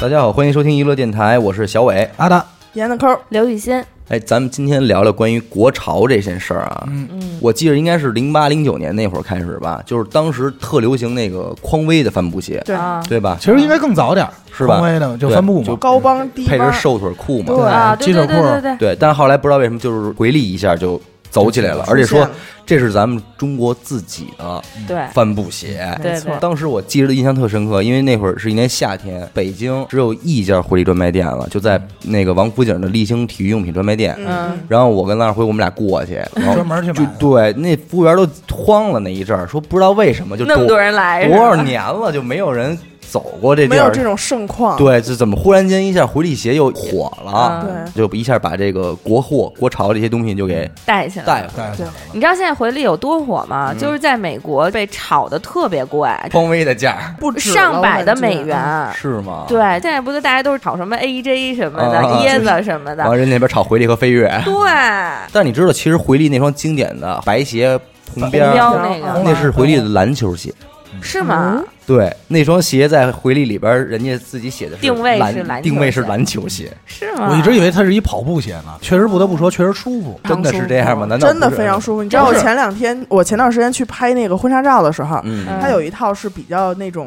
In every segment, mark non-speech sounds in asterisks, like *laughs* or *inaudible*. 大家好，欢迎收听娱乐电台，我是小伟。阿达，严的抠，刘雨欣，哎，咱们今天聊聊关于国潮这件事儿啊。嗯嗯，我记得应该是零八零九年那会儿开始吧，就是当时特流行那个匡威的帆布鞋，对啊，对吧？其实应该更早点儿，是吧匡威的就对帆布就嘛，高帮低配帮着，瘦腿裤嘛。对啊，对鸡腿对裤对对对，对，但是后来不知道为什么就是回力一下就走起来了，而且说这是咱们中国自己的对帆布鞋。对没错对当时我记得印象特深刻，因为那会儿是一年夏天，北京只有一家回力专卖店了，就在那个王府井的立兴体育用品专卖店。嗯，然后我跟那辉我们俩过去，然后专门去就买的。对，那服务员都慌了那一阵儿，说不知道为什么就那么多多人来，多少是吧？年了就没有人走过这地没有儿，这种盛况，对，这怎么忽然间一下回力鞋又火了？嗯就一下把这个国货、国潮这些东西就给带起来，带嗯回来。对，你知道现在回力有多火吗？就是在美国被炒的特别贵，匡威的价儿不止了上百的美，我感觉元。是吗？嗯对，，现在不就大家都是炒什么 AJ 什么的、啊椰子什么的然后，人那边炒回力和飞跃。对，但你知道，其实回力那双经典的白鞋红边儿，嗯红标那红啊个标那是回力的篮球鞋。是吗？对，那双鞋在回力里边儿，人家自己写的是定位是篮，篮球定位是鞋篮球鞋，是吗？我一直以为它是一跑步鞋呢，确实不得不说，确实舒服。非常真的是这样吗？难道真的不是非常舒服。你知道我前两天，我前段时间去拍那个婚纱照的时候。嗯，嗯它有一套是比较那种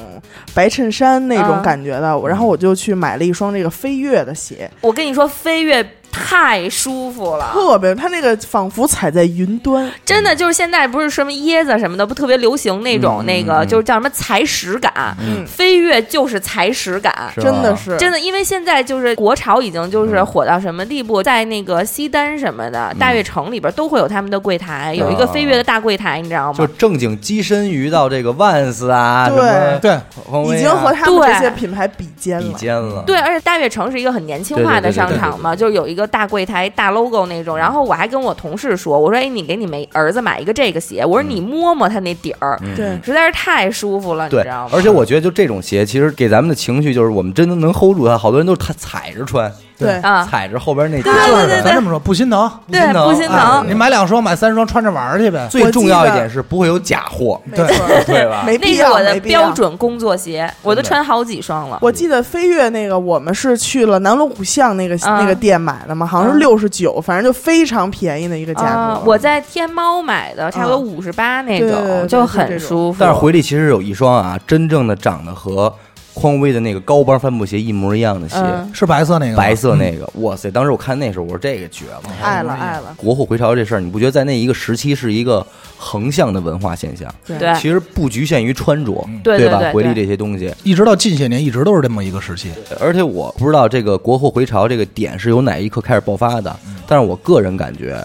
白衬衫那种嗯感觉的，然后我就去买了一双这个飞跃的鞋，我跟你说，飞跃太舒服了，特别它那个仿佛踩在云端，真的就是现在不是什么椰子什么的，不特别流行那种、嗯那嗯个，嗯就是叫什么踩屎感，嗯飞跃就是踩屎感。是真吧的是真的，因为现在就是国潮已经就是火到什么地步，在那个西单什么的大悦城里边都会有他们的柜台，有一个飞跃的大柜台，你知道就吗？正经跻身于到这个万斯啊，对什对，么匡威啊已经和他们对这些品牌比肩比了。肩了，对，啊而且大悦城是一个很年轻化的商场嘛，就是有一个大柜台、大 logo 那种。然后我还跟我同事说，我说：“哎，你给你没儿子买一个这个鞋，我说你摸摸它那底儿，嗯对，实在是太舒服了，你对知道吗？”而且我觉得就这种鞋，其实给咱们的情绪就是，我们真的能 hold 住它。好多人都踩踩着穿，对啊，踩着后边那对对就是对对咱这么说不心疼。对，不不心心疼哎嗯疼。你买两双，买三双，穿着玩儿去呗。最重要一我记点得是不会有假货，没对错，对吧？没 *laughs* 那必是要，我的没必要标准工作鞋，我都穿好几双了。我记得飞跃那个，我们是去了南锣鼓巷那个、啊那个店买的嘛，好像是啊六十九，反正就非常便宜的一个价格。啊，我在天猫买的，差不多啊五十八那对对对种，对就就很这种舒服。但是回力其实有一双啊，真正的长得和匡威的那个高帮帆布鞋一模一样的鞋，嗯是白色那个吗，白色那个，哇塞！当时我看那时候，我说这个绝了。哎爱嗯了爱了，国货回潮这事儿，你不觉得在那一个时期是一个横向的文化现象？对其实不局限于穿着，嗯对对吧？对回力对这些东西，一直到近些年一直都是这么一个时期。而且我不知道这个国货回潮这个点是由哪一刻开始爆发的，但是我个人感觉，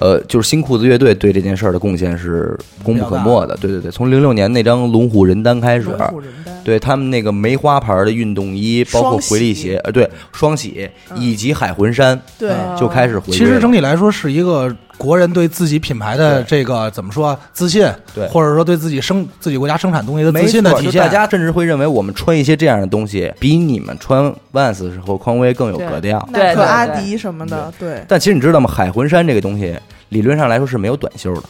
呃，就是新裤子乐队对这件事儿的贡献是功不可没的。对对对，从零六年那张龙虎人单开始，龙虎人丹，对他们那个梅花牌的运动衣，包括双喜嗯回力鞋，呃，对，双喜以及海魂衫对嗯就开始回归了。其实整体来说，是一个国人对自己品牌的这个怎么说啊自信，对或者说对自己生自己国家生产东西的没自信的错，体就现。大家甚至会认为我们穿一些这样的东西，比你们穿 Vans 和匡威更有格调。对耐克、对阿对迪什么的，对，但其实你知道吗？海魂衫这个东西，理论上来说是没有短袖的，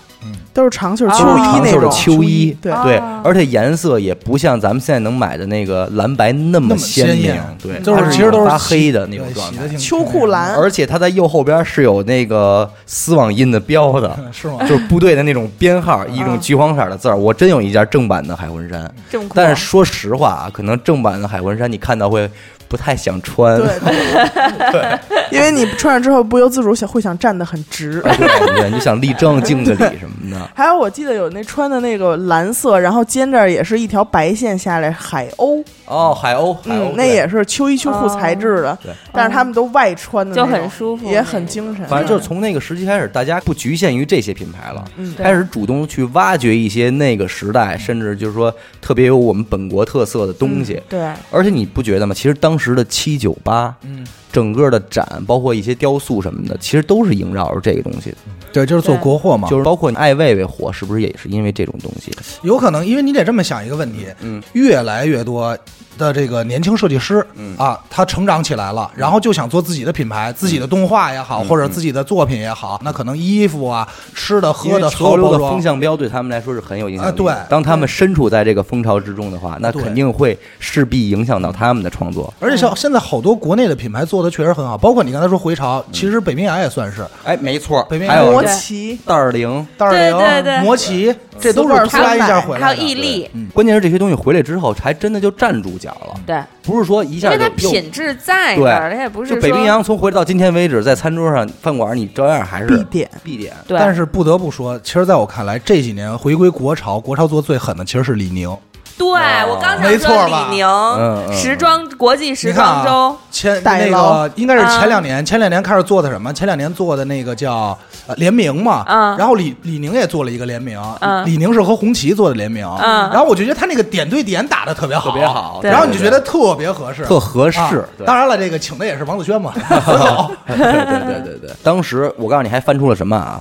都是长袖哦秋衣长那袖的种秋衣对，啊对，而且颜色也不像咱们现在能买的那个蓝白那那么么鲜明艳，对，就它是其实都是发洗黑的那种对状洗态得。挺秋裤蓝，而且它在右后边是有那个丝网印的标的， *laughs* *laughs* 是吗？就是部队的那种编号，一种橘黄色的字儿。我真有一件正版的海魂衫，这么酷啊，但是说实话啊，可能正版的海魂衫你看到会不太想穿。对对， *laughs* 因为你穿上之后不由自主想会想站得很直。哎对对，你想立正、敬个礼什么的。还有我记得有那穿的那个蓝色，然后肩这儿也是一条白线下来，海鸥， *laughs* 哦，海鸥，海嗯鸥，，那对也是秋衣秋裤材质的对，但是他们都外穿的那啊就种，很舒服也很精神。反正就是从那个时期开始，大家不局限于这些品牌了，嗯开始主动去挖掘一些那个时代，甚至就是说特别有我们本国特色的东西。对，而且你不觉得吗？其实当时的七九八嗯，整个的展，包括一些雕塑什么的，其实都是萦绕着这个东西的，对，就是做对国货嘛，就是包括你爱卫卫火，是不是也是因为这种东西？有可能，因为你得这么想一个问题，嗯，越来越多的这个年轻设计师，嗯啊，他成长起来了，然后就想做自己的品牌，自己的动画也嗯好，或者自己的作品也好，那可能衣服啊、吃的、因喝为的，潮流包的装风向标对他们来说是很有影响力的。啊对当他们身处在这个风潮之中的话，那对肯定会势必影响到他们的创作。而且像现在好多国内的品牌做的确实很好，包括你刚才说回潮，其实北冰洋也算是哎，没错，北面还有魔对奇，蛋儿零，袋儿对对对零、魔奇，这都是突然一下回来还的。有毅力，嗯嗯关键是这些东西回来之后，还真的就站住脚了，对，不是说一因下为就它又品质在对那儿，它也不是就说北冰洋从回来到今天为止，在餐桌上、饭馆你照样还是必点必点。对，但是不得不说，其实在我看来，这几年回归国潮，国潮做最狠的其实是李宁。对哦我刚没想错说吧李嗯嗯宁时装国际时你看装啊周，，前代那劳个应该是啊前两年，前两年开始做的什么？前两年做的那个叫呃联名嘛，嗯然后李李宁也做了一个联名，嗯李宁是和红旗做的联名，嗯然后我就觉得他那个点对点打的特别好，特别好对然后你就觉得特别合适，特合适啊对当然了，这个请的也是王子轩嘛，很好对对对对对， *laughs* 当时我告诉你还翻出了什么啊？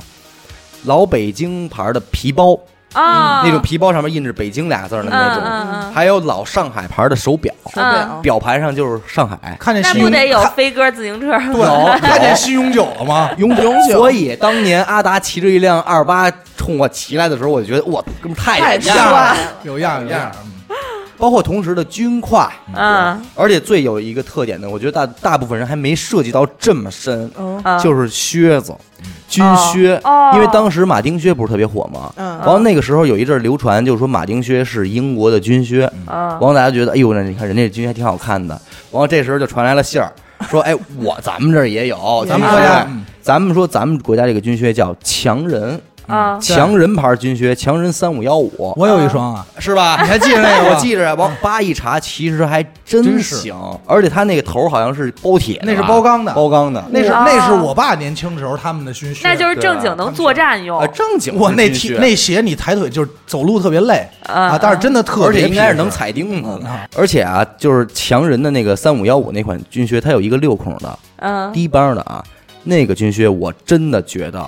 老北京牌的皮包，啊，嗯那种皮包上面印着“北京”俩字儿的那种，嗯嗯嗯嗯还有老上海牌的手表，受不了。表盘上就是上海。看见那西不永得有看飞鸽自行车？对，看见西永久了吗？永久，所以当年阿达骑着一辆二八冲我骑来的时候，我就觉得哇，哥们儿太太有样帅了。了有样有样，包括同时的军挎，嗯，而且最有一个特点的，我觉得大大部分人还没涉及到这么深，嗯嗯就是靴子，嗯军靴哦哦，因为当时马丁靴不是特别火嘛，嗯然后哎那个时候有一阵儿流传，就是说马丁靴是英国的军靴，嗯然后大家觉得，哎呦，那你看人家军靴挺好看的，然后这时候就传来了信儿，说， *laughs* 哎，我咱们这儿也有，咱们有国哎家嗯，咱们说咱们国家这个军靴叫强人，啊，强人牌军靴，强人三五幺五，我有一双嗯啊，是吧？ *laughs* 你还记着那个我吧记着，往扒一查，其实还真真是行，而且它那个头儿好像是包铁的吧，那是包钢的包钢的，那是啊那是我爸年轻时候他们的军靴，那就是对啊正经他能们作战用啊，正经我是那军踢靴那鞋，你抬腿就是走路特别累啊，但是真的特而别，且应该是能。踩钉子的嗯。而且啊，就是强人的那个三五幺五那款军靴，它有一个六孔的嗯低帮的啊，那个军靴我真的觉得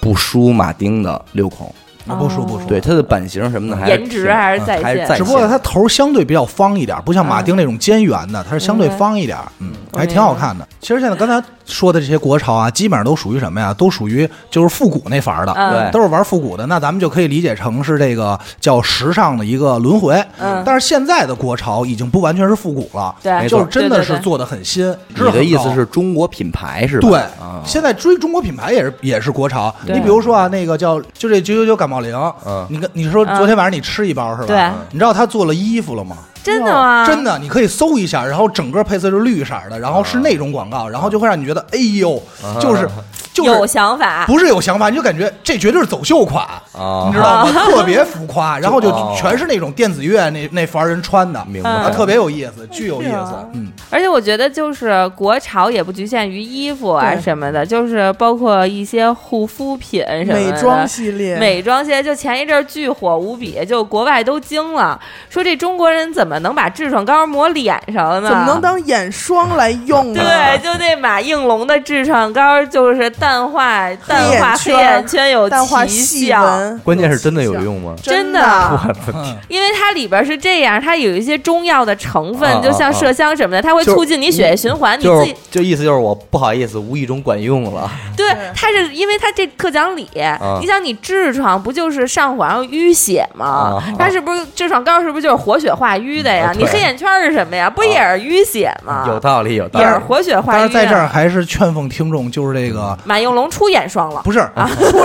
不输马丁的六孔，啊不输不哦输，哦对，它的版型什么的还颜值挺还是嗯在还线在只不过它头相对比较方一点，不像马丁那种尖圆的，它是相对方一点，嗯，还挺好看的。其实现在刚才说的这些国潮啊，基本上都属于什么呀？都属于就是复古那范儿的，嗯对都是玩复古的。那咱们就可以理解成是这个叫时尚的一个轮回。嗯但是现在的国潮已经不完全是复古了，对没错就是真的对是对对做的很新。你的意质很思高是中国品牌是吧？对啊，，现在追中国品牌也是也是国潮。对你比如说啊，那个叫就这九九九感冒灵，嗯你跟你说嗯昨天晚上你吃一包是吧？对啊你知道他做了衣服了吗？真的吗？真的，你可以搜一下，然后整个配色是绿色的，然后啊是那种广告，然后就会让你觉得，哎呦， *laughs* 就是就有是想法，不是有想法，你就感觉这绝对是走秀款。啊你知 *laughs* 道吗？特别浮 *laughs* 夸，然后就哦全是那种电子乐那那房人穿的，明嗯白啊，，特别有意思，巨有意是思啊。嗯，而且我觉得就是国潮也不局限于衣服啊对什么的，就是包括一些护肤品什么美的。妆系列，美妆些就前一阵儿巨火无比，就国外都惊了，说这中国人怎么能把痔疮膏抹脸上呢？怎么能当眼霜来用啊呢？对，就那马应龙的痔疮膏，就是淡化淡黑眼化黑圈眼圈有淡化奇细效，纹，关键是真的有用吗？真的 *laughs* 的，因为它里边儿是这样，它有一些中药的成啊分，就像啊麝香什么的，它会就是促进你血液循环，你就自是己就意思就是我不好意思，无意中管用了。对，它是因为它这特讲理，啊你想你痔疮不就是上火然后淤血吗啊？它是不是痔疮膏是不是就是活血化淤的呀嗯？对啊你黑眼圈是什么呀？不也是淤血吗？有道理，有道啊也是理。活血化但是在淤这儿啊。还是劝奉听众，就是这个马应龙出眼霜了，不是 出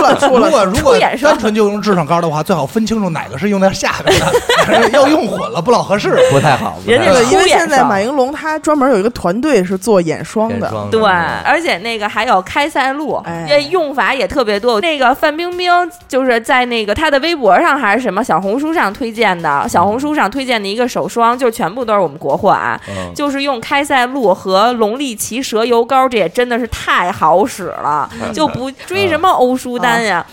*laughs* 了出啊如果了，如果出眼霜单纯就用痔疮膏的话，最好分清楚哪个是用在下边的，要用混了不老合适。 *laughs* 不太好，不人太家好对，出因为眼现在霜马应龙他专门有一个团队是做眼霜眼的，霜对，嗯而且那个还有开塞露，哎这用法也特别多。那个范冰冰就是在那个她的微博上还是什么小红书上推荐的，小红书上推荐的一个手霜，就全部都是我们国货啊，嗯就是用开塞露和龙力奇蛇嗯油膏，这也真的是太好使了，就不追什么欧舒丹呀。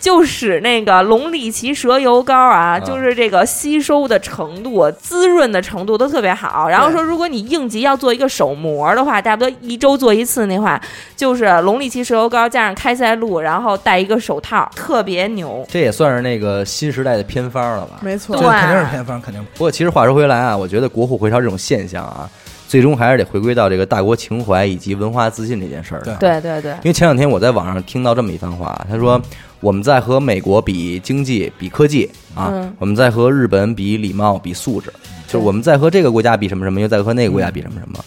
就使那个龙力奇蛇油膏啊，嗯就是这个吸收的程度、啊滋润的程度都特别好。然后说，如果你应急要做一个手膜的话，差不多一周做一次那话，就是龙力奇蛇油膏加上开塞露，然后戴一个手套，特别牛。这也算是那个新时代的偏方了吧？没错这对，啊肯定是偏方，肯定不过其实话说回来啊，我觉得国货回潮这种现象啊，最终还是得回归到这个大国情怀以及文化自信这件事儿上。对对对对，因为前两天我在网上听到这么一番话，他嗯说我们在和美国比经济、比科技啊，嗯我们在和日本比礼貌、比素质，就是我们在和这个国家比什么什么，又在和那个国家比什么什么。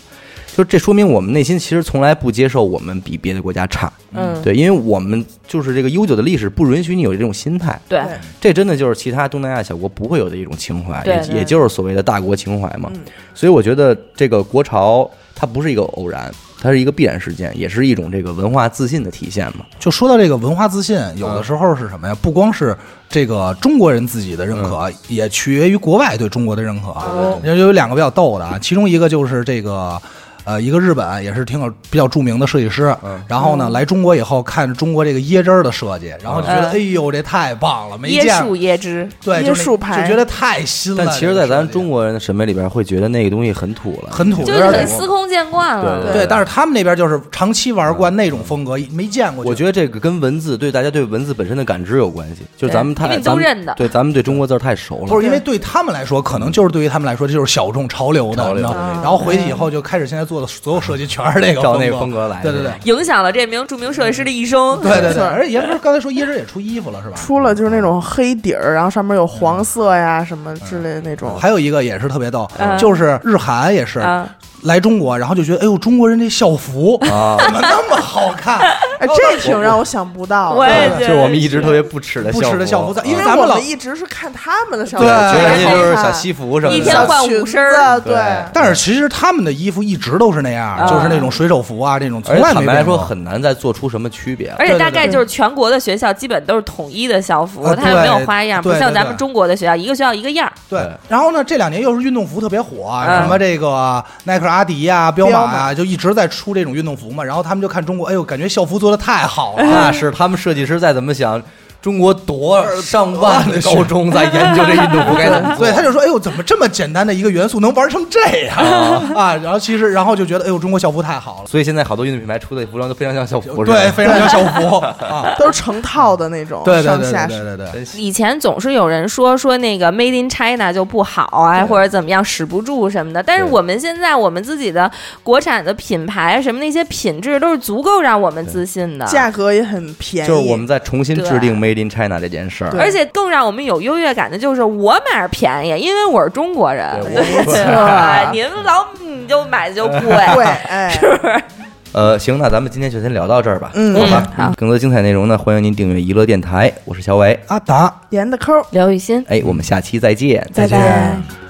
就这说明我们内心其实从来不接受我们比别的国家差，嗯，对，因为我们就是这个悠久的历史不允许你有这种心态，对对这真的就是其他东南亚小国不会有的一种情怀，对也对也就是所谓的大国情怀嘛。嗯所以我觉得这个国潮它不是一个偶然，它是一个必然事件，也是一种这个文化自信的体现嘛。就说到这个文化自信，有的时候是什么呀？不光是这个中国人自己的认可，也取决于国外对中国的认可。哦就有两个比较逗的啊，其中一个就是这个。呃，一个日本也是挺有比较著名的设计师，然后呢来中国以后看中国这个椰汁儿的设计，然后就觉得、嗯嗯哎呦这太棒了，没椰见树过，椰汁，对，椰就是那树牌就觉得太新了。但其实，在咱中国国人的审美里边，会觉得那个东西很土了。很土，就有是点很土司空见惯对了。对，但是他们那边就是长期玩惯那种风格，没见过。我觉得这个跟文字对大家对文字本身的感知有关系，就是咱们对因太为你咱们都认得对咱们对中国字儿太熟不了。是因为对他们来说，可能就是对于他们来说，这就是小众潮流的，潮流你知道啊吗？然后回去以后就开始现在做的所有设计全是这个照那个风格来对对对影响了这名著名设计师的一生。嗯对对没对。错而且不是刚才说椰汁也出衣服了是吧？出了就是那种黑底儿，然后上面有黄色呀什么之类的那种，还有一个也是特别逗嗯，就是日韩也是嗯来中国，然后就觉得哎呦中国人这校服啊，怎么那么 *laughs* 好看？哎，这挺让我想不到我的。也就觉得是我们一直特别不耻的不耻的校服在，因因为为咱啊我们老们一直是看他们的上对对，面，觉得人家就这好是小西服什么一的，天小换裙五子身儿，对对，但是其实他们的衣服一直都是那样，啊就是那种水手服啊，这种从而且来没坦白来变说，过很难再做出什么区别了。而且大概对对对就是全国的学校基本都是统一的校服，啊它也对没有花样，对不对像对咱们中国的学校，一个学校一个样儿。对对，然后呢，这两年又是运动服特别火啊，嗯什么这个耐克、阿迪呀、彪马彪啊，马就一直在出这种运动服嘛。然后他们就看中国，哎呦，感觉校服做的太好了。 *laughs* 那是他们设计师再怎么想，中国多上万的高中在研究这运动服该怎么做对，。他就说：“哎呦，怎么这么简单的一个元素能玩成这样 *laughs* 啊？”然后其实，然后就觉得：“哎呦，中国校服太好了，所以现在好多运动品牌出的服装都非常像校服，对，是吧非常像校服 *laughs* 啊，都是成套的那种，对对上对下对对对对。”真是以前总是有人说说那个 Made in China 就不好啊，或者怎么样使不住什么的。但是对我们现在我们自己的国产的品牌什么那些品质都是足够让我们自信的，价格也很便宜，就是我们在重新制定 Made 对 in China 这件事儿。对而且更让我们有优越感的就是我买着便宜，因为我是中国人。对没错对，您老你就买的就贵，哎对， *laughs* 哎，呃，行，那咱们今天就先聊到这儿吧，嗯好吧。嗯好更多精彩内容呢，欢迎您订阅娱乐电台，我是小伟，阿达，严的抠儿，刘雨欣，哎，我们下期再见。再拜见拜。